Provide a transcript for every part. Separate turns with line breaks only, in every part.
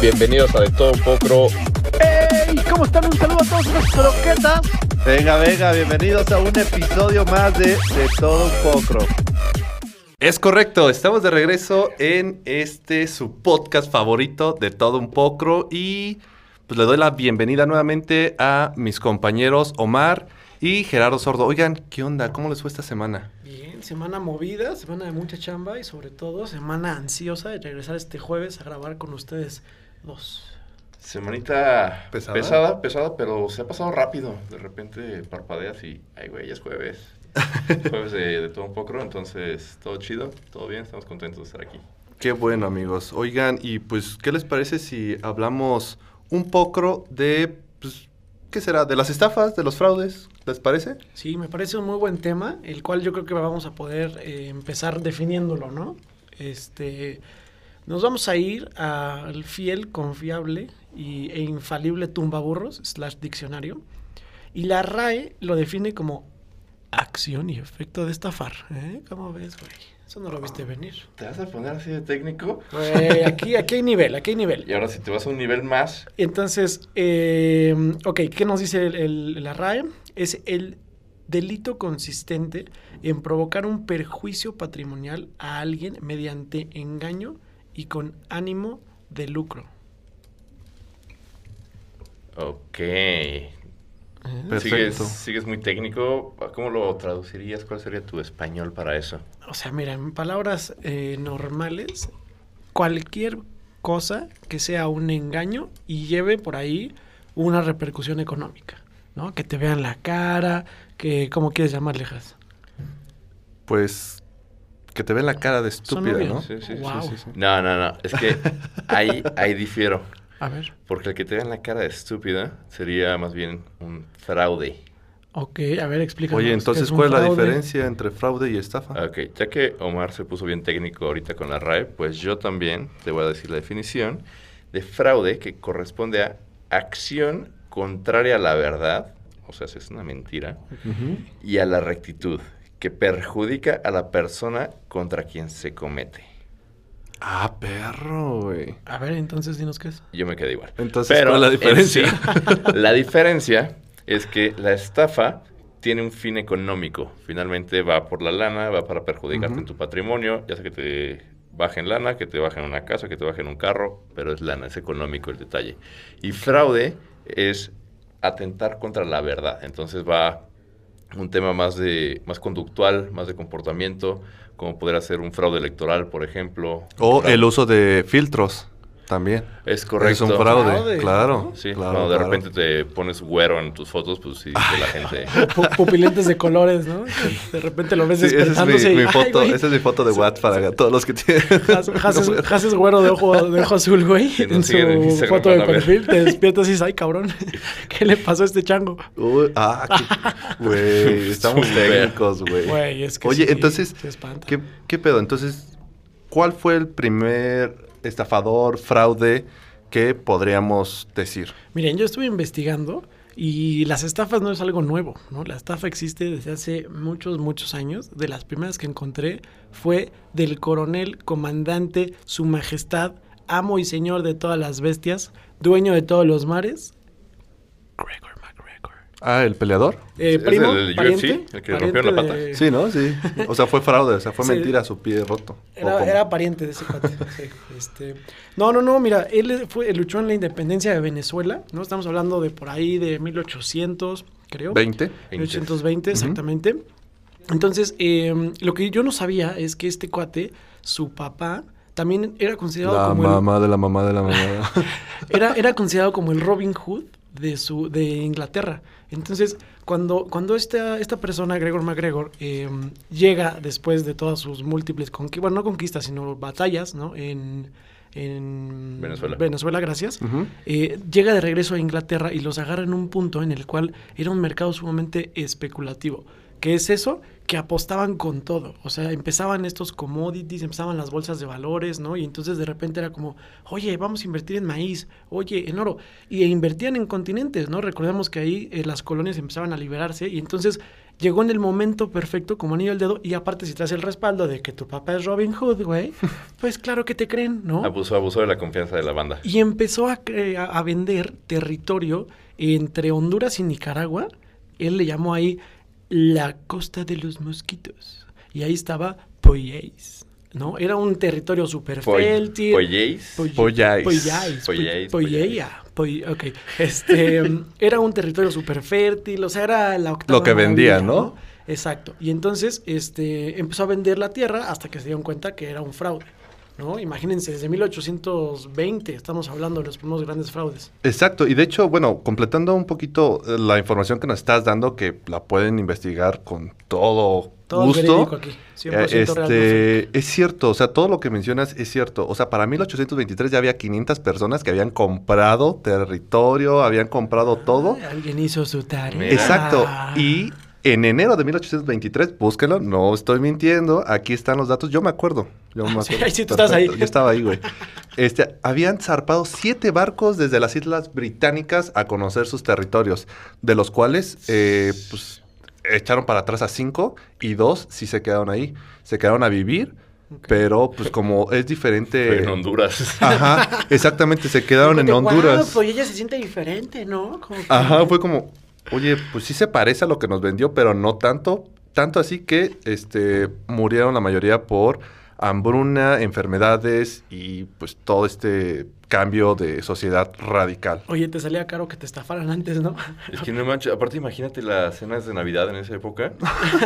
Bienvenidos a De Todo Un Poco.
¡Hey! ¿Cómo están? Un saludo a todos los croquetas.
Venga, venga, bienvenidos a un episodio más de De Todo Un Poco.
Es correcto, estamos de regreso en este su podcast favorito de todo un poco y pues le doy la bienvenida nuevamente a mis compañeros Omar y Gerardo Sordo. Oigan, ¿qué onda? ¿Cómo les fue esta semana?
Bien, semana movida, semana de mucha chamba y sobre todo semana ansiosa de regresar este jueves a grabar con ustedes dos.
Semanita
¿Pesada?
¿Pesada? pesada, pero se ha pasado rápido. De repente parpadeas y, ay, güey, ya es jueves. jueves de, de todo un poco, entonces todo chido, todo bien, estamos contentos de estar aquí.
Qué bueno amigos. Oigan, y pues, ¿qué les parece si hablamos un poco de, pues, ¿qué será? ¿De las estafas? ¿De los fraudes? ¿Les parece?
Sí, me parece un muy buen tema, el cual yo creo que vamos a poder eh, empezar definiéndolo, ¿no? Este, nos vamos a ir al fiel, confiable y, e infalible tumbaburros, slash diccionario, y la RAE lo define como acción y efecto de estafar, ¿eh? ¿Cómo ves, güey? Eso no lo viste venir.
¿Te vas a poner así de técnico?
Güey, aquí, aquí hay nivel, aquí hay nivel.
Y ahora si te vas a un nivel más,
Entonces, eh, ok, ¿qué nos dice el, el- la RAE? Es el delito consistente en provocar un perjuicio patrimonial a alguien mediante engaño y con ánimo de lucro.
ok.
¿Eh?
Sigues,
Perfecto.
sigues muy técnico. ¿Cómo lo traducirías? ¿Cuál sería tu español para eso?
O sea, mira, en palabras eh, normales, cualquier cosa que sea un engaño y lleve por ahí una repercusión económica, ¿no? Que te vean la cara, que, ¿cómo quieres llamarle, Jas?
Pues, que te ven la cara de
Son
estúpida,
novios.
¿no?
Sí, sí, sí,
Guau.
sí, sí.
No, no, no. Es que ahí, ahí difiero.
A ver.
Porque el que te vea en la cara de estúpida sería más bien un fraude.
Ok, a ver, explícanos.
Oye,
¿qué
entonces,
un
¿cuál es la
fraude?
diferencia entre fraude y estafa?
Ah, Ok, ya que Omar se puso bien técnico ahorita con la RAE, pues yo también te voy a decir la definición de fraude que corresponde a acción contraria a la verdad, o sea, si es una mentira,
Ujú.
y a la rectitud, que perjudica a la persona contra quien se comete.
Ah, perro, güey.
A ver, entonces dinos qué es.
Yo me quedé igual.
Entonces, ¿cuál es la
en sí,
diferencia?
la diferencia es que la estafa tiene un fin económico. Finalmente va por la lana, va para perjudicarte
Ujú.
en tu patrimonio, ya sea que te bajen lana, que te bajen una casa, que te bajen un carro, pero es lana, es económico el detalle. Y fraude es atentar contra la verdad. Entonces va un tema más de más conductual, más de comportamiento, como poder hacer un fraude electoral, por ejemplo.
O
Fraude.
el uso de filtros también.
es correcto.
Es un fraude,
Fraude,
claro.
¿no?
Sí,
claro,
cuando de
claro.
repente te pones güero en tus fotos, pues sí, que la gente.
Pu- Pupilentes de colores, ¿no? De repente lo ves
Sí, esa es
Pues despertándose
mi,
y,
mi
"Ay,
foto,
güey".
esa es mi foto de WhatsApp para todos los que tienen.
Jas Jas es, Jas es güero de ojo, de ojo azul, güey.
Si nos
en
siguen en
su
Instagram
foto de
van a ver.
perfil te despiertas y dices, ay, cabrón, ¿qué le pasó a este chango?
Uy, ah, qué- güey, estamos
Súper.
técnicos, güey.
Güey, es que
Oye,
sí,
entonces,
se espanta.
¿qué, ¿qué pedo? Entonces, ¿cuál fue el primer estafador, fraude que podríamos decir?
Miren, yo estuve investigando y las estafas no es algo nuevo, ¿no? La estafa existe desde hace muchos, muchos años. De las primeras que encontré fue del coronel, comandante, su majestad, amo y señor de todas las bestias, dueño de todos los mares, Gregor McGregor.
Ah, ¿el peleador?
Eh,
¿Es
primo,
el del UFC,
pariente,
el que rompió la
pariente
pata?
de-
Sí, ¿no? Sí. O sea, fue fraude, o sea, fue
Sí.
mentira su pie roto. ¿O
Era,
cómo?
era pariente de ese cuate. sí, este, no, no, no, mira, él fue, luchó en la independencia de Venezuela, ¿no? Estamos hablando de por ahí de 1800, creo.
20.
1820,
Ujú.
exactamente. Entonces, eh, lo que yo no sabía es que este cuate, su papá, también era considerado
La
como el,
mamá de la mamá de la mamá.
era, era considerado como el Robin Hood de su de Inglaterra. Entonces, cuando, cuando esta, esta persona, Gregor MacGregor, eh, llega después de todas sus múltiples conquistas, bueno, no conquistas, sino batallas, ¿no? En, en
Venezuela.
Venezuela, gracias.
Ujú.
Eh, llega de regreso a Inglaterra y los agarra en un punto en el cual era un mercado sumamente especulativo. ¿Qué es eso? Que apostaban con todo. O sea, empezaban estos commodities, empezaban las bolsas de valores, ¿no? Y entonces de repente era como, oye, vamos a invertir en maíz, oye, en oro. e Y invertían en continentes, ¿no? Recordemos que ahí eh, las colonias empezaban a liberarse y entonces Llegó en el momento perfecto, como anillo al dedo, y aparte si traes el respaldo de que tu papá es Robin Hood, güey, pues claro que te creen, ¿no?
Abusó, abusó de la confianza de la banda.
Y empezó a, cre- a- a vender territorio entre Honduras y Nicaragua. Él le llamó ahí la costa de los mosquitos. Y ahí estaba Poyais, ¿no? Era un territorio súper
Poy-
fértil.
Poyéis.
Poy-
Poyais.
Poyais, Poy-
Poyais,
Poyeia, Poy- ok. Este, era un territorio súper fértil, o sea, era la octava
Lo que
maravilla,
vendía, ¿no?
Exacto. Y entonces este, empezó a vender la tierra hasta que se dieron cuenta que era un fraude, ¿no? Imagínense, desde 1820 estamos hablando de los primeros grandes fraudes.
Exacto, y de hecho, bueno, completando un poquito eh, la información que nos estás dando, que la pueden investigar con todo,
Todo es
gusto.
verídico aquí, 100%
eh,
real,
este, es cierto, o sea, todo lo que mencionas es cierto. O sea, para 1823 ya había 500 personas que habían comprado territorio, habían comprado todo.
Ay, Alguien hizo su tarea.
Mira.
Exacto.
Ah.
Y en enero de 1823, búsquenlo, no estoy mintiendo, aquí están los datos, yo me acuerdo. Yo me
Ah, Sí,
acuerdo.
sí, tú estás ahí.
Yo estaba ahí, güey. Este, habían zarpado siete barcos desde las islas británicas a conocer sus territorios, de los cuales, eh, pues, echaron para atrás a cinco y dos sí se quedaron ahí. Se quedaron a vivir, pero, pues, como es diferente...
En Honduras.
Ajá, exactamente, se quedaron en Honduras. Ah.
Wow, ella se siente diferente, ¿no? Como que-
Ajá, fue como, oye, pues sí se parece a lo que nos vendió, pero no tanto. Tanto así que este, murieron la mayoría por hambruna, enfermedades y pues todo este cambio de sociedad radical.
Oye, te salía caro que te estafaran antes, ¿no?
Es que no manches, aparte imagínate las cenas de Navidad en esa época.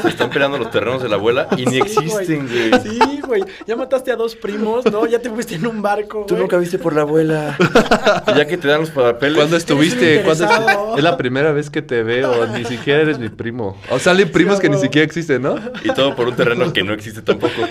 Se están peleando los terrenos de la abuela y ni
Sí,
existen, güey.
Sí, güey. Ya mataste a dos primos, ¿no? Ya te fuiste en un barco,
Tú
güey.
nunca viste por la abuela. Y ya que te dan los papeles.
¿Cuándo
Eres
estuviste?
un
¿Cuándo
interesado.
estu- Es la primera vez que te veo, ni siquiera eres mi primo. O salen primos que ni siquiera existen, ¿no?
Y todo por un terreno que no existe tampoco.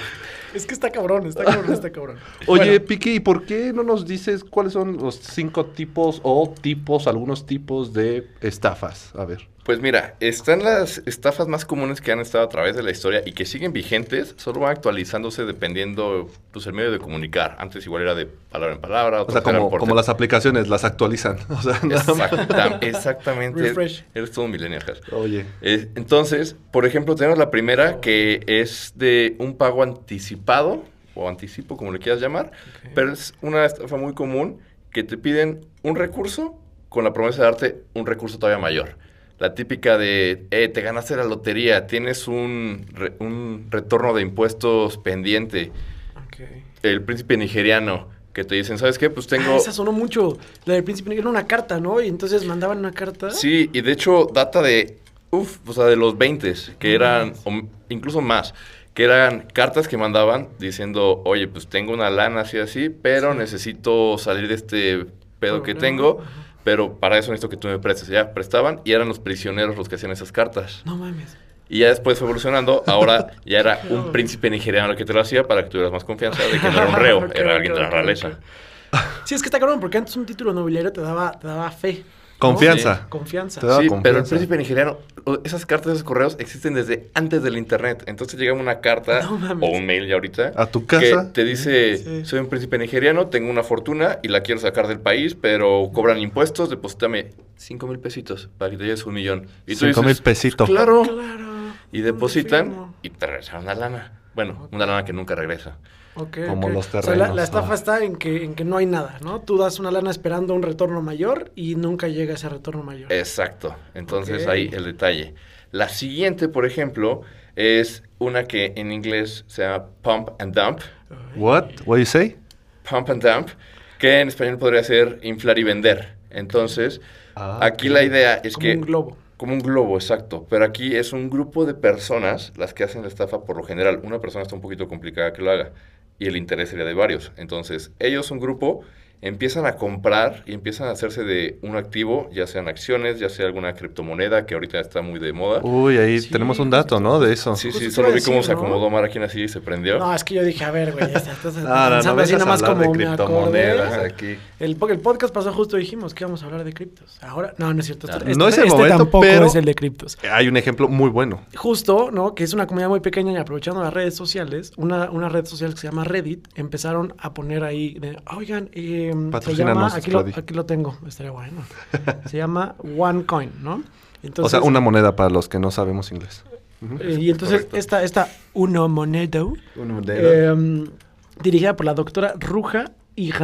Es que está cabrón, está cabrón, está cabrón.
Oye,
Bueno,
Piqui, ¿y por qué no nos dices cuáles son los cinco tipos o tipos, algunos tipos de estafas? A ver.
Pues mira, están las estafas más comunes que han estado a través de la historia y que siguen vigentes, solo van actualizándose dependiendo pues, el medio de comunicar. Antes igual era de palabra en palabra,
O sea,
otras eran
como,
por
como las aplicaciones, las actualizan. O sea, nada más.
Exacta- exactamente.
Refresh.
Eres todo un millennial. Jas.
Oye.
Eh, entonces, por ejemplo, tenemos la primera que es de un pago anticipado o anticipo, como le quieras llamar, pero es una estafa muy común que te piden un recurso con la promesa de darte un recurso todavía mayor. La típica de, eh, te ganaste la lotería, tienes un, re- un retorno de impuestos pendiente.
ok.
El príncipe nigeriano, que te dicen, ¿sabes qué? Pues tengo...
Ah, esa sonó mucho. La del príncipe negro era una carta, ¿no? Y entonces mandaban una carta.
Sí, y de hecho data de, uf, o sea, de los 20, que eran, o m- incluso más, que eran cartas que mandaban diciendo, oye, pues tengo una lana así, así, pero necesito salir de este pedo que
Problema,
tengo,
ajá.
pero para eso necesito que tú me prestes. Ya prestaban y eran los prisioneros los que hacían esas cartas.
No mames.
Y ya después fue evolucionando, ahora ya era
No.
un príncipe nigeriano el que te lo hacía para que tuvieras más confianza de que no era un reo,
Ok,
era alguien
ok,
de la
ok,
realeza.
ok. Sí, es que está cabrón, porque antes un título nobiliario te daba, te daba fe. ¿no?
Confianza.
Sí, Confianza.
Te da-
sí, pero el
confianza.
príncipe nigeriano, o- esas cartas, esos correos existen desde antes del internet. Entonces llega una carta
No mames.
o un mail ya ahorita
¿A tu
que
casa?
te dice,
Sí.
soy un príncipe nigeriano, tengo una fortuna y la quiero sacar del país, pero cobran impuestos, deposítame 5 mil pesitos para que te lleves un millón. Y tú
Cinco
dices,
mil pesitos.
Claro.
Claro.
Y depositan y te regresan la lana. Bueno, una lana que nunca regresa.
Como los
O sea, la- la,
terrenos, ah.
estafa está en que, en que no hay nada, ¿no? Tú das una lana esperando un retorno mayor y nunca llega ese retorno mayor.
Exacto. Entonces
Ok.
ahí el detalle. La siguiente, por ejemplo, es una que en inglés se llama pump and dump.
What? What you say?
pump and dump, que en español podría ser inflar y vender. Entonces,
Ah,
aquí la idea es
como
que...
un globo.
Como un globo, exacto. Pero aquí es un grupo de personas las que hacen la estafa por lo general. Una persona está un poquito complicada que lo haga y el interés sería de varios. Entonces, ellos, un grupo, empiezan a comprar y empiezan a hacerse de un activo, ya sean acciones, ya sea alguna criptomoneda que ahorita está muy de moda.
Uy, ahí
Sí,
tenemos un dato, ¿no? De eso.
sí,
Uh, justo
sí,
te
solo
iba a
vi cómo
decir,
se
¿no?
acomodó Maraquín así y se prendió.
No, es que yo dije, a ver, güey, ya está, estás
Ah, no, no
pensando así
vengas a
nada más
hablar
como
de
me
criptomonedas
acordé.
aquí.
El, po- el podcast pasado justo dijimos que íbamos a hablar de criptos. Ahora, no, no es cierto. este
No, no es el momento,
tampoco
pero-
es el de criptos.
Hay un ejemplo muy bueno.
Justo, ¿no? Que es una comunidad muy pequeña y aprovechando las redes sociales, una, una red social que se llama Reddit, empezaron a poner ahí, de, oigan, eh, se llama,
Patrocínanos,
aquí lo,
Freddy.
aquí lo tengo, estaría bueno. Se llama OneCoin, ¿no?
o sea, una moneda para los que no sabemos inglés.
Eh, y entonces
correcto.
esta, esta Uno Monedo,
Un
eh, dirigida por la doctora Ruja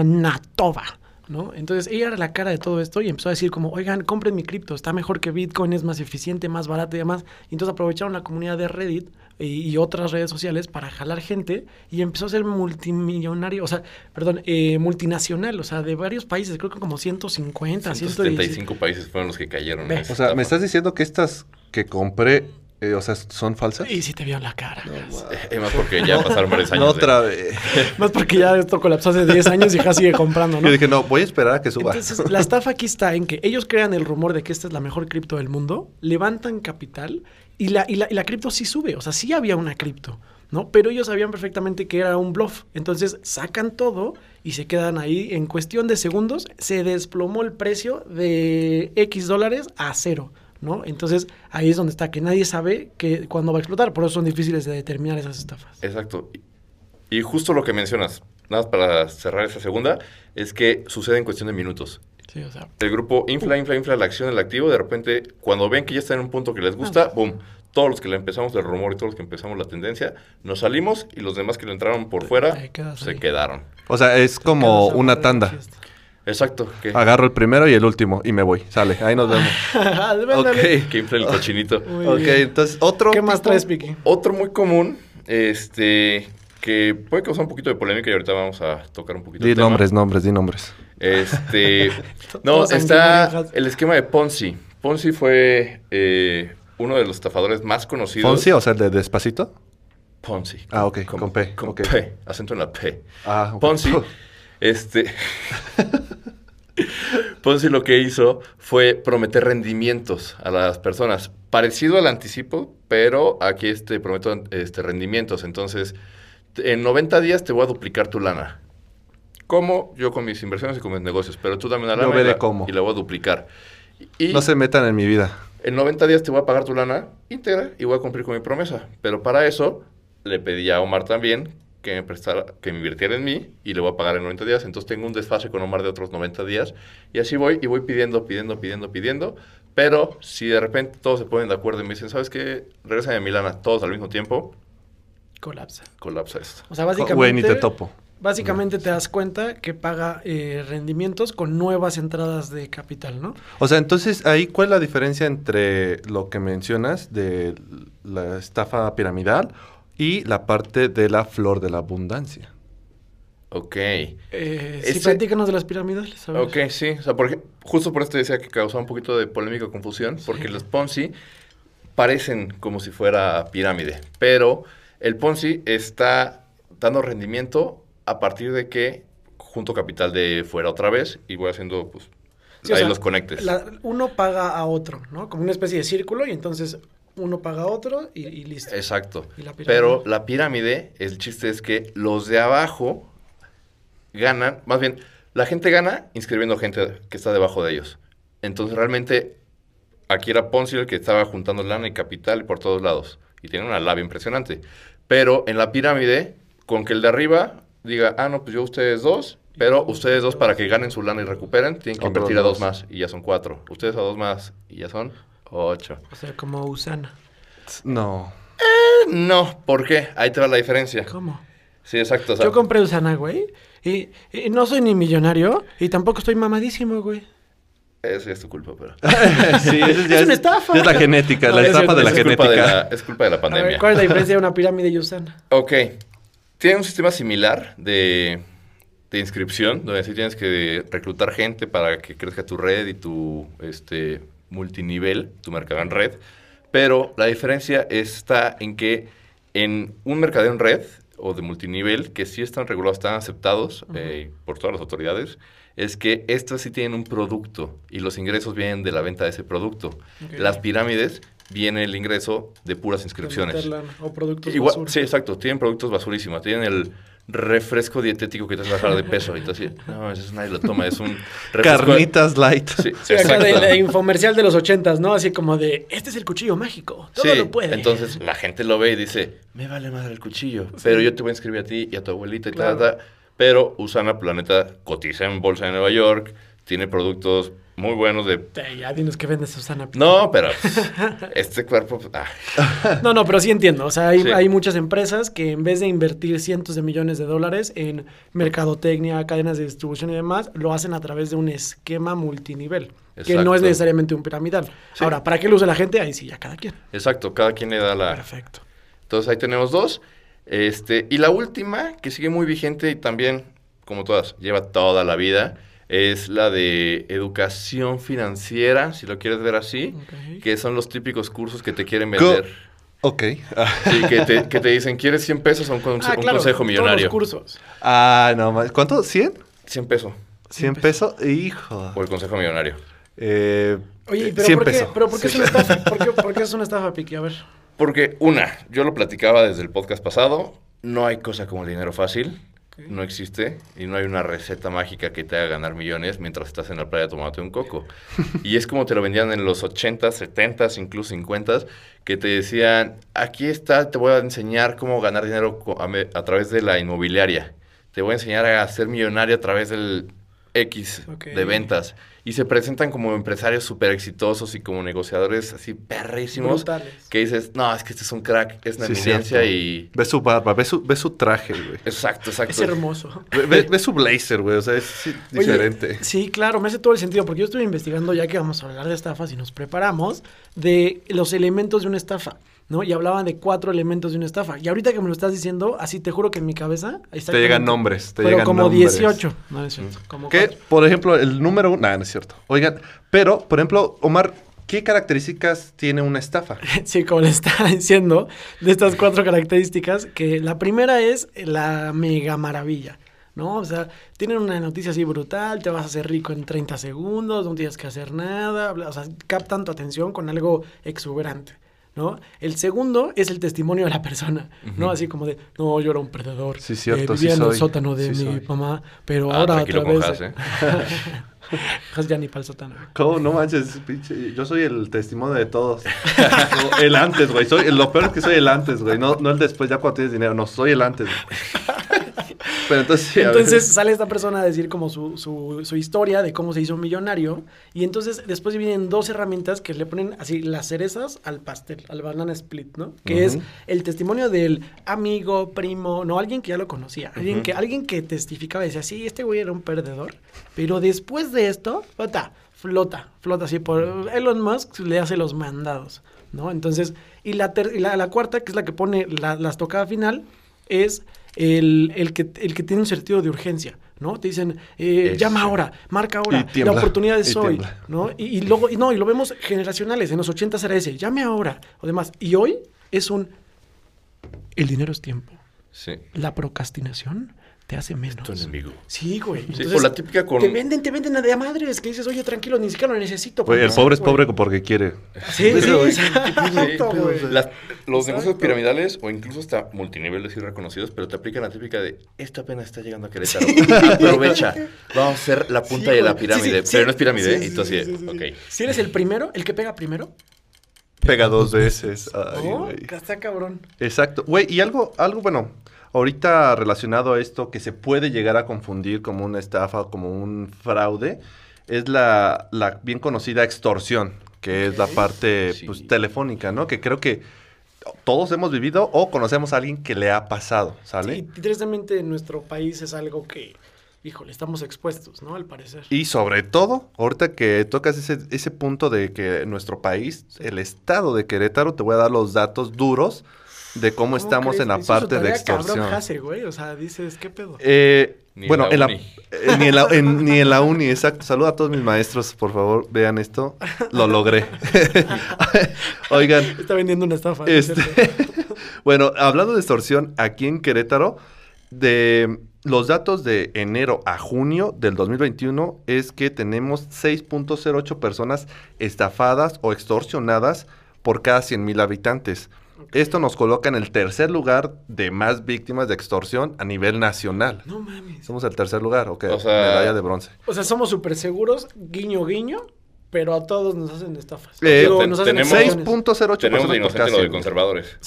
Ignatova, ¿no? Entonces ella era la cara de todo esto y empezó a decir como, oigan, compren mi cripto, está mejor que Bitcoin, es más eficiente, más barato y demás. Y entonces aprovecharon la comunidad de Reddit y, y otras redes sociales para jalar gente y empezó a ser multimillonario, o sea, perdón, eh, multinacional, o sea, de varios países, creo que como 150, 175.
175 países fueron los que cayeron. en
Ve.
esa
O sea,
estafa.
¿me estás diciendo que estas que compré, eh, o sea, son falsas?
Y si te vio la cara.
Es más Eh, porque ya pasaron varios años.
No,
de-
otra vez.
Más porque ya esto colapsó hace 10 años y ya sigue comprando, ¿no?
Yo dije, no, voy a esperar a que suba.
Entonces, la estafa aquí está en que ellos crean el rumor de que esta es la mejor cripto del mundo, levantan capital y la, y la, y la cripto sí sube. O sea, sí había una cripto, ¿no? Pero ellos sabían perfectamente que era un bluff. Entonces, sacan todo y se quedan ahí. En cuestión de segundos, se desplomó el precio de X dólares a cero. ¿No? Entonces ahí es donde está, que nadie sabe que cuándo va a explotar, por eso son difíciles de determinar esas estafas.
Exacto. Y- Y justo lo que mencionas, nada más para cerrar esa segunda, es que sucede en cuestión de minutos.
Sí, o sea,
El grupo infla, infla, infla la acción, el activo, de repente, cuando ven que ya está en un punto que les gusta, boom, todos los que le empezamos el rumor y todos los que empezamos la tendencia, nos salimos y los demás que le entraron por fuera
Ahí quedas
se
ahí.
quedaron.
O sea, es como
Cada sábado
una
de
tanda.
fiesta.
Exacto, que,
Agarro el primero y el último y me voy. Sale, ahí nos vemos.
Ándale.
Ok.
que infla el cochinito.
Muy
Ok,
bien.
entonces, otro.
¿Qué más
tipo-
traes, Vicky?
Otro muy común, este, que puede causar un poquito de polémica y ahorita vamos a tocar un poquito
Di
el tema.
nombres, nombres, di nombres.
Este, no,
Todos
está
sanguinarios.
el esquema de Ponzi. Ponzi fue eh, uno de los estafadores más conocidos.
Fonsi, o sea, el de despacito.
Ponzi.
Ah, ok, con P,
Con
ok.
P, acento en la P.
Ah, ok.
Ponzi, este... Ponzi lo que hizo fue prometer rendimientos a las personas, parecido al anticipo, pero aquí este prometo este, rendimientos. Entonces, t- en 90 días te voy a duplicar tu lana. ¿Cómo? Yo con mis inversiones y con mis negocios, pero tú dame una
Yo
lana y
veré
la,
cómo.
y la voy a duplicar. Y
No se metan en mi vida.
en 90 días te voy a pagar tu lana íntegra y voy a cumplir con mi promesa. Pero para eso le pedí a Omar también que me prestara, que me invirtiera en mí y le voy a pagar en 90 días. Entonces tengo un desfase con Omar de otros 90 días. Y así voy y voy pidiendo, pidiendo, pidiendo, pidiendo. Pero si de repente todos se ponen de acuerdo y me dicen, ¿sabes qué? Regresa a mi lana todos al mismo tiempo,
Colapsa.
colapsa esto.
O sea,
Güey, ni
básicamente.
te topo.
Básicamente te das cuenta que paga eh, rendimientos con nuevas entradas de capital, ¿no?
O sea, entonces, ahí, ¿cuál es la diferencia entre lo que mencionas de la estafa piramidal y la parte de la flor de la abundancia?
Ok.
Eh,
Ese-
Si platícanos de las piramidales, a ver.
Ok, sí. O sea, por ej- justo por esto decía que causaba un poquito de polémica o confusión, porque los Ponzi parecen como si fuera pirámide, pero el Ponzi está dando rendimiento a partir de que junto capital de fuera otra vez y voy haciendo, pues,
Sí, o
ahí
sea,
los conectes.
la- uno paga a otro, ¿no? Como una especie de círculo y entonces uno paga a otro y, y listo.
Exacto.
Y la pirámide.
Pero la pirámide, el chiste es que los de abajo ganan, más bien, la gente gana inscribiendo gente que está debajo de ellos. Entonces realmente aquí era Ponzi el que estaba juntando lana y capital por todos lados. Y tiene una labia impresionante. Pero en la pirámide, con que el de arriba diga, ah, no, pues yo ustedes dos, pero ustedes dos para que ganen su lana y recuperen, tienen que
Otros
invertir a dos
dos.
más y ya son cuatro. Ustedes a dos más y ya son ocho.
O sea, como Usana.
No.
No, ¿por qué? Ahí te va la diferencia.
¿Cómo?
Sí, exacto. o sea,
Yo compré Usana, güey. Y, y no soy ni millonario y tampoco estoy mamadísimo, güey.
Eso ya es tu culpa, pero.
Ah,
sí, eso ya
Es una estafa.
ya es la genética,
No,
la
es
estafa
cierto,
de la
es, culpa de la,
genética.
es culpa de la
A ver,
pandemia.
¿Cuál es la diferencia de una pirámide y Usana?
Ok. Tiene un sistema similar de, de inscripción, donde sí tienes que reclutar gente para que crezca tu red y tu este, multinivel, tu mercado en red. Pero la diferencia está en que en un mercadeo en red o de multinivel, que sí están regulados, están aceptados eh, por todas las autoridades, es que estos sí tienen un producto y los ingresos vienen de la venta de ese producto. Las pirámides viene el ingreso de puras inscripciones.
Meterla, O productos
Igual-
basura.
sí, exacto. Tienen productos basurísimos. Tienen el refresco dietético que te hace bajar de peso. Y tú así, no, eso nadie lo toma. Es un refresco.
Carnitas light.
Sí,
Sí, acá
exacto.
de, de infomercial de los ochentas, ¿no? Así como de, este es el cuchillo mágico, todo
Sí,
lo puede.
entonces la gente lo ve y dice, me vale madre el cuchillo, pero yo te voy a inscribir a ti y a tu abuelita y tal,
Claro.
Pero Usana Planeta cotiza en bolsa de Nueva York, Tiene productos muy buenos de...
Te- Ya dinos que vende Susana.
No, pero pues, este cuerpo... pues, ah.
No, no, pero sí entiendo. O sea, hay,
Sí.
hay muchas empresas que en vez de invertir cientos de millones de dólares en mercadotecnia, cadenas de distribución y demás, lo hacen a través de un esquema multinivel, que no
Exacto.
es necesariamente un piramidal.
Sí.
Ahora, ¿para qué lo usa la gente? Ahí sí, ya cada quien.
Exacto, cada quien le da la...
Perfecto.
Entonces ahí tenemos dos. Este, y la última, que sigue muy vigente y también, como todas, lleva toda la vida, es la de educación financiera, si lo quieres ver así,
Ok.
que son los típicos cursos que te quieren
Co-
vender.
Ok. Ah.
Sí, que te, que te dicen, ¿quieres 100 pesos o un, conse-
Ah,
un
claro,
consejo
Todos
millonario?
los cursos.
Ah, no más. ¿Cuánto? ¿100?
100 pesos
¿100 pesos? Hijo.
o el consejo millonario.
Eh,
Oye, pero
100
¿por qué,
pesos.
pero ¿por qué es una estafa? ¿Por qué, por qué es una estafa, Piqui? A ver.
Porque, una, yo lo platicaba desde el podcast pasado, no hay cosa como el dinero fácil, no existe, y no hay una receta mágica que te haga ganar millones mientras estás en la playa tomándote un coco. y es como te lo vendían en los 80, 70, incluso 50, que te decían, aquí está, te voy a enseñar cómo ganar dinero co- a, me- a través de la inmobiliaria, te voy a enseñar a ser millonario a través del X
Ok.
de ventas. Y se presentan como empresarios súper exitosos y como negociadores así perrísimos
Brutales.
que dices, no, es que este es un crack, es una
Sí,
eminencia
cierto.
y...
Ve su barba, ve su, ve su traje, güey.
Exacto, exacto.
Es hermoso.
Ve, ve- ve su blazer, güey. O sea, es sí,
Oye,
diferente.
sí, claro, me hace todo el sentido, porque yo estuve investigando, ya que vamos a hablar de estafas y nos preparamos, de los elementos de una estafa, ¿no? Y hablaban de cuatro elementos de una estafa. Y ahorita que me lo estás diciendo, así te juro que en mi cabeza...
Te llegan nombres, te
pero
llegan
como
nombres. Mm.
18. No, no es cierto. Como
Que,
cuatro.
por ejemplo, el número uno. Nah, no es cierto. Oigan, pero, por ejemplo, Omar, ¿qué características tiene una estafa?
Sí, como le estaba diciendo, de estas cuatro características, que la primera es la mega maravilla, ¿no? O sea, tienen una noticia así brutal, te vas a hacer rico en 30 segundos, no tienes que hacer nada, bla, o sea, captan tu atención con algo exuberante. ¿No? El segundo es el testimonio de la persona, ¿no? Así como de, no, yo era un perdedor. eh,
Sí, cierto,
vivía
sí
en el
soy,
sótano de
sí
mi
soy".
mamá, pero
Ah,
ahora
tranquilo
otra
con
vez.
Haas, ¿eh?
Haas ya ni para el sótano.
¿Cómo? No manches, pinche. Yo soy el testimonio de todos. No, el antes, güey. Soy, lo peor es que soy el antes, güey. No, no el después, ya cuando tienes dinero. No, soy el antes. güey. Pero entonces. sí, a ver.
Entonces sale esta persona a decir como su, su, su historia de cómo se hizo un millonario. Y entonces después vienen dos herramientas que le ponen así las cerezas al pastel, al banana split, ¿no? Que es
Ujú.
el testimonio del amigo, primo, no, alguien que ya lo conocía. Alguien, que, alguien que testificaba y decía, sí, este güey era un perdedor. Pero después de esto, flota, flota, flota así por... Elon Musk le hace los mandados, ¿no? Entonces, y la, ter- y la, la cuarta, que es la que pone la, la estocada final, es el, el que, el que tiene un sentido de urgencia, ¿no? Te dicen, eh,
Eso.
llama ahora, marca
Y
ahora, la
tiembla,
oportunidad
y
es hoy,
tiembla.
¿no? Y, y luego, y no, y lo vemos generacionales, en los 80 era ese, llame ahora, o demás. Y hoy es un, el dinero es tiempo,
Sí.
la procrastinación te hace menos.
Tu enemigo.
Sí, güey.
o la típica con-
Te venden, te venden a de a madres, que dices, oye, tranquilo, ni siquiera lo necesito.
Güey, el
porque-
pobre es pobre porque quiere.
Sí, sí,
Pero,
exacto,
sí,
güey.
las- los negocios
Exacto.
piramidales o incluso hasta multiniveles y reconocidos, pero te aplican la típica de esta pena está llegando a Querétaro. Aprovecha. Vamos a ser la punta de la pirámide. pero no es pirámide, ¿eh? y tú así de, ok.
Si eres el primero, el que pega primero.
Pega dos veces. Ay,
oh,
güey.
está cabrón.
Exacto. Güey, y algo, algo, bueno, ahorita relacionado a esto que se puede llegar a confundir como una estafa, como un fraude, es la, la bien conocida extorsión, que es la parte
Sí.
pues, telefónica, ¿no? Que creo que todos hemos vivido o conocemos a alguien que le ha pasado, ¿sale?
Sí, Y tristemente en nuestro país es algo que, híjole, estamos expuestos, ¿no? Al parecer.
Y sobre todo, ahorita que tocas ese, ese punto de que nuestro país, el estado de Querétaro, te voy a dar los datos duros de cómo, estamos
crees?
en la
Hizo su
parte de
tarea,
extorsión.
Cabrón, Hase, güey. O sea, dices, ¿qué pedo?
Eh,
Ni en
bueno,
la
en la
uni.
eh, ni en la, en- ni en la uni, exacto. Saluda a todos mis maestros, por favor, vean esto. Lo logré. Oigan,
Está vendiendo una estafa. ¿no es
este,
cierto?
bueno, hablando de extorsión, aquí en Querétaro, de los datos de enero a junio del 2021 es que tenemos 6.08 personas estafadas o extorsionadas por cada 100 mil habitantes. Esto nos coloca en el tercer lugar de más víctimas de extorsión a nivel nacional.
No mames.
Somos el tercer lugar, ok.
O sea-
medalla de bronce.
O sea, somos súper seguros, guiño, guiño, pero a todos nos hacen estafas.
Eh,
Digo,
te-
nos hacen
tenemos-
extorsiones.
6.08
Tenemos de inocente
personas por
lo de
casi.
conservadores.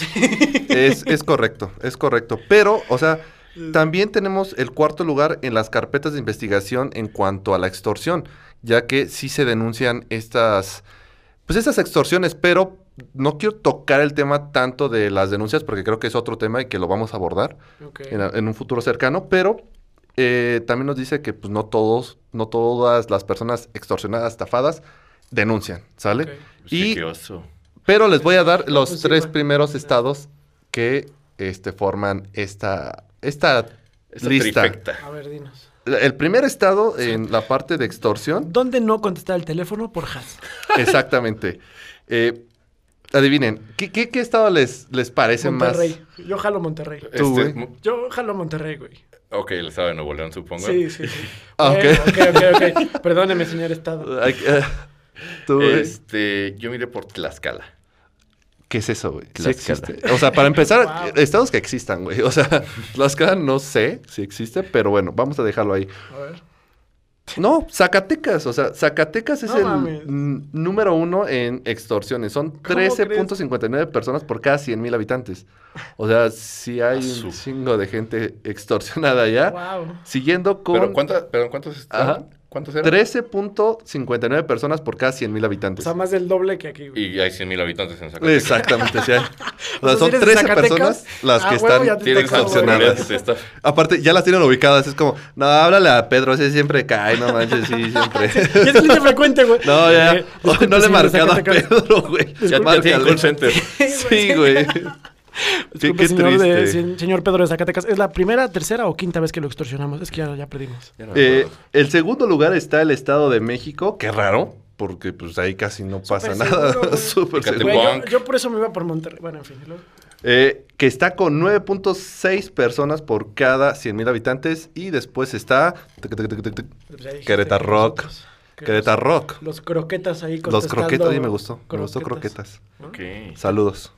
Es, es correcto, es correcto. Pero, o sea,
Mm,
También tenemos el cuarto lugar en las carpetas de investigación en cuanto a la extorsión, ya que sí se denuncian estas, pues estas extorsiones, pero no quiero tocar el tema tanto de las denuncias porque creo que es otro tema y que lo vamos a abordar
Ok.
en, a- en un futuro cercano, pero eh, también nos dice que pues no todos, no todas las personas extorsionadas, estafadas, denuncian, ¿sale?
Ok.
Y-
Pues Sí, qué oso.
Pero les voy a dar los
Pues sí,
tres
güey.
primeros estados que este, forman esta, esta,
Esta
lista.
trifecta.
A ver, dinos.
El primer estado en la parte de extorsión,
¿Dónde no contestar el teléfono por Has?
exactamente. Eh, adivinen, ¿qué, qué, qué estado les, les parece
Monterrey. Yo jalo Monterrey.
Tú, güey.
Este es mu-
Yo jalo Monterrey, güey.
ok, el estado de Nuevo León, supongo.
Sí, sí, sí.
Ah, ok.
Bueno, ok, ok, ok. Perdóneme, señor Estado.
más? Ay, eh, tú, güey.
Este, yo miré por Tlaxcala.
¿Qué es eso, güey? Sí
Tlaxcala.
existe. O sea, para empezar,
Wow.
estados que existan, güey. O sea, Tlaxcala no sé si existe, pero bueno, vamos a dejarlo ahí.
A ver.
No, Zacatecas. O sea, Zacatecas es
No
el
mames.
mm, número uno en extorsiones. Son
crees?
13.59 personas por cada 100 mil habitantes. O sea, sí hay
Azú.
un chingo de gente extorsionada ya.
Wow.
Siguiendo
Pero
con
¿cuántas, perdón, ¿cuántos
Ajá.
estaban? ¿Cuántos eran?
13.59 personas por cada 100 mil
O
habitantes.
sea, más del doble que aquí, güey.
Y hay 100.000 habitantes en Zacatecas.
Exactamente, sí hay. O
O sea,
sea,
si
son
eres de
13
Zacatecas,
personas las
ah,
que
huevo,
están
ya te
Tienen
Exacto.
extorsionadas.
oportunidades de este estar.
Aparte, ya las tienen ubicadas. Es como, no, háblale a Pedro, ese siempre cae, no manches, sí, siempre.
Y es cliente frecuente, güey.
No, ya.
Eh,
Hoy
disculpe,
no le he
señor
marcado a
Zacatecas.
Pedro, güey.
Ya, ya
márcale.
tienen call center.
Sí, güey. Qué,
Disculpe,
qué
señor, de-
triste.
se- señor Pedro de Zacatecas, ¿es la primera, tercera o quinta vez que lo extorsionamos? Es que ya, ya perdimos.
Ya no me
Eh,
acuerdo.
el segundo lugar está el Estado de México. Qué raro, porque pues ahí casi no pasa nada.
seguro, güey.
Súper
Fíjate,
seguro.
Güey, yo,
Bonk.
yo por eso me iba por Monterrey. Bueno, en fin. y luego-
Eh, que está con 9.6 personas por cada 100.000 habitantes. Y después está tuc, tuc, tuc, tuc, tuc,
pues ya dijiste
Querétaro
que
Rock.
nosotros- que
Querétaro Rock.
Los croquetas ahí
Los
contestando
croquetas, oye, me gustó. Me gustó croquetas.
Ok.
Saludos.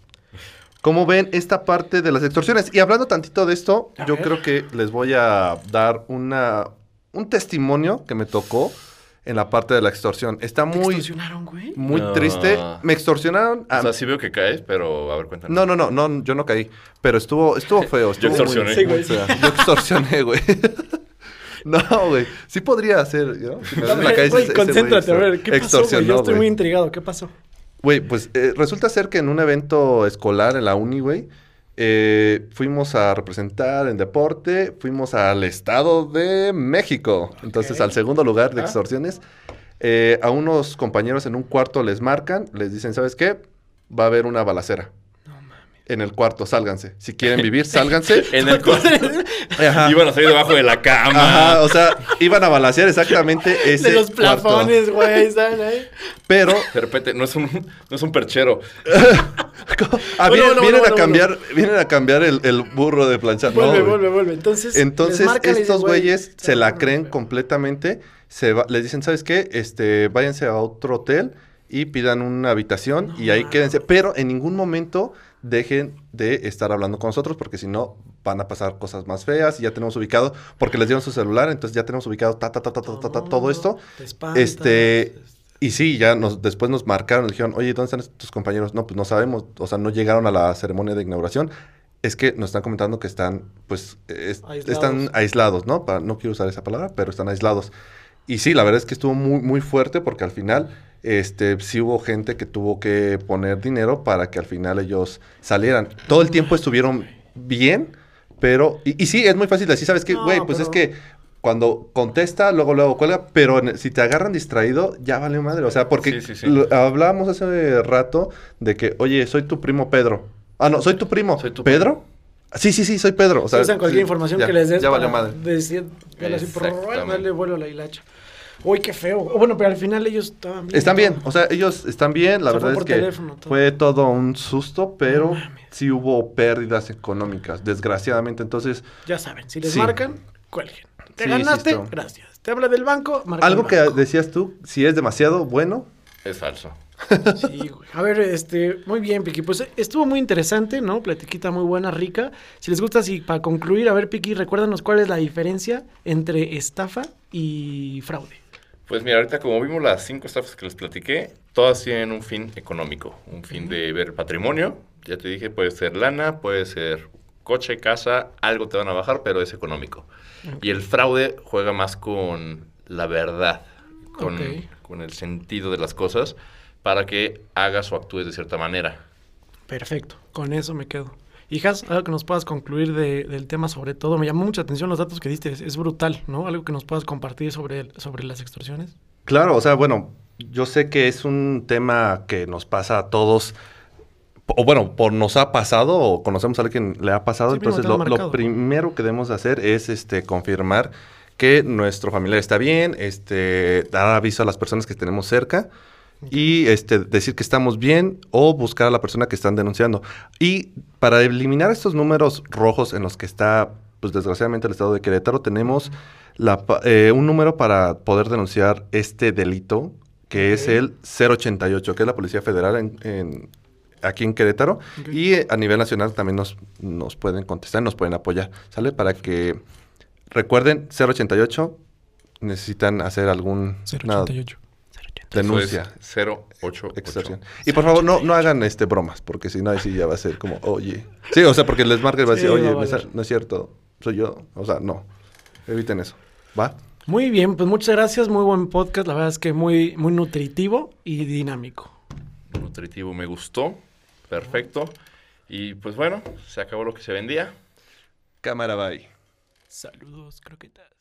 ¿Cómo ven esta parte de las extorsiones? Y hablando tantito de esto,
A
yo
ver.
creo que les voy a dar una, un testimonio que me tocó en la parte de la extorsión. Está
¿Te
muy,
extorsionaron, güey?
muy
No.
triste. Me extorsionaron. a-
O sea, sí veo que caes, pero a ver, cuéntanos.
Ah, no, no, no, no, yo no caí. Pero estuvo, estuvo feo.
Yo
Estuvo muy-
extorsioné.
Sí, güey.
yo extorsioné, güey. No, güey. Sí podría hacer, ¿no? Si me ves en la calle,
Güey,
ese- ese güey
concéntrate, a ver, ¿qué pasó, güey? Yo
extorsionó,
estoy
güey.
muy intrigado, ¿qué pasó?
Güey, pues eh, resulta ser que en un evento escolar en la uni, güey, eh, fuimos a representar en deporte, fuimos al Estado de México. Entonces,
Ok.
al segundo lugar de
Ah.
extorsiones, eh, a unos compañeros en un cuarto les marcan, les dicen, ¿sabes qué? Va a haber una balacera. En el cuarto, sálganse. Si quieren vivir, sálganse.
En el cuarto
Ajá.
iban a salir debajo de la cama.
Ajá, o sea, iban a balacear exactamente ese
De los
cuarto.
plafones, güey, ¿saben eh? ahí?
Pero
De repente, no es un, no es un perchero.
Ah,
Bueno,
vienen,
bueno,
vienen
bueno,
a
bueno,
cambiar, vienen a cambiar el, el burro de planchar. No,
Vuelve,
güey.
vuelve, vuelve. Entonces, les
Entonces,
marcan y dicen,
estos
güey,
güeyes se la
no,
creen
no,
completamente. Se va- les dicen, ¿sabes qué? Este, váyanse a otro hotel y pidan una habitación
No
y ahí
mames.
quédense. Pero en ningún momento dejen de estar hablando con nosotros porque si no van a pasar cosas más feas y ya tenemos ubicado, porque les dieron su celular, entonces ya tenemos ubicado ta, ta, ta, ta, ta, ta, ta, todo esto.
te espantas,
Este, y sí, ya nos, después nos marcaron, dijeron, oye, ¿dónde están tus compañeros? No, pues no sabemos, o sea, no llegaron a la ceremonia de inauguración. Es que nos están comentando que están, pues, es-
Aislados.
están aislados, ¿no? Para, no quiero usar esa palabra, pero están aislados. Y sí, la verdad es que estuvo muy, muy fuerte porque al final, este, sí hubo gente que tuvo que poner dinero para que al final ellos salieran. Todo el tiempo estuvieron bien, pero, y, y sí, es muy fácil decir, ¿sabes qué?
No,
Güey, pues es
pero-
que cuando contesta, luego, luego cuelga, pero en- si te agarran distraído, ya vale madre. O sea, porque
Sí, sí, sí.
lo- hablábamos hace rato de que, oye, soy tu primo Pedro. Ah, no, soy tu primo.
Soy tu
¿Pedro? Sí, sí, sí, soy Pedro. O sea,
usan cualquier
sí,
información
ya,
que les des.
Ya vale
para
madre.
Decir, darle así, prorrr,
Exactamente.
darle vuelo a la hilacha. Uy, qué feo. Oh, Bueno, pero al final ellos estaban bien.
Están bien, o sea, ellos están bien, la
O sea, fue
verdad es
por
que
teléfono, todo.
fue todo un susto, pero
No mames.
sí hubo pérdidas económicas, desgraciadamente. Entonces,
Ya saben, si les
Sí.
marcan, cuelguen. Te
Sí,
ganaste,
insisto.
gracias. Te habla del banco, marca
algo
el
que
banco.
decías tú, si es demasiado bueno,
Es falso.
Sí, güey. A ver, este, muy bien, Piqui. Pues eh, estuvo muy interesante, ¿no? Platiquita muy buena, rica. Si les gusta, si para concluir, a ver, Piqui, recuérdanos cuál es la diferencia entre estafa y fraude.
Pues mira, ahorita como vimos las cinco estafas que les platiqué, todas tienen un fin económico, un fin de ver patrimonio. Ya te dije, puede ser lana, puede ser coche, casa, algo te van a bajar, pero es económico. Y el fraude juega más con la verdad, con,
Ok.
con el sentido de las cosas, para que hagas o actúes de cierta manera.
Perfecto, con eso me quedo. Hijas, algo que nos puedas concluir de- del tema sobre todo. Me llamó mucha atención los datos que diste, es, es brutal, ¿no? Algo que nos puedas compartir sobre, el- sobre las extorsiones.
Claro, o sea, bueno, yo sé que es un tema que nos pasa a todos, o bueno, por nos ha pasado o conocemos a alguien que le ha pasado,
Sí, primo,
entonces
te lo
lo,
han
lo
marcado.
primero que debemos hacer es este confirmar que nuestro familiar está bien, este dar aviso a las personas que tenemos cerca y este decir que estamos bien o buscar a la persona que están denunciando. Y para eliminar estos números rojos en los que está pues desgraciadamente el estado de Querétaro tenemos la pa- eh, un número para poder denunciar este delito, que es
Ok.
el 088, que es la Policía Federal en, en- aquí en Querétaro.
Ok.
Y eh, a nivel nacional también nos, nos pueden contestar, nos pueden apoyar, ¿sale? Para que recuerden, 088 necesitan hacer alguna
088.
denuncia.
Eso es 088.
extorsión. Y por favor, no, no hagan este bromas, porque si no, ahí sí ya va a ser como, oye. Sí, o sea, porque les marca y va a
Sí,
decir,
va a
oye, no
valer.
es- no es cierto, soy yo. O sea, no. Eviten eso. ¿Va?
Muy bien, pues muchas gracias, muy buen podcast, la verdad es que muy, muy nutritivo y dinámico.
Nutritivo me gustó. Perfecto. Y pues bueno, se acabó lo que se vendía.
Cámara, bye.
Saludos, croquetas.